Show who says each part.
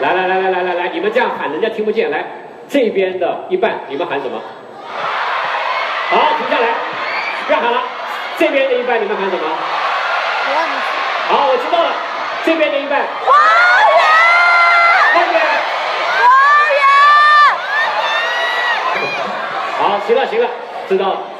Speaker 1: 来来来来来来来，你们这样喊人家听不见。来，这边的一半，你们喊什么？好，停下来，不要喊了。这边的一半，你们喊什么？好，我知道了。这边的一半，
Speaker 2: 花园，
Speaker 1: 后面。
Speaker 2: 花园。
Speaker 1: 好，行了行了，知道了。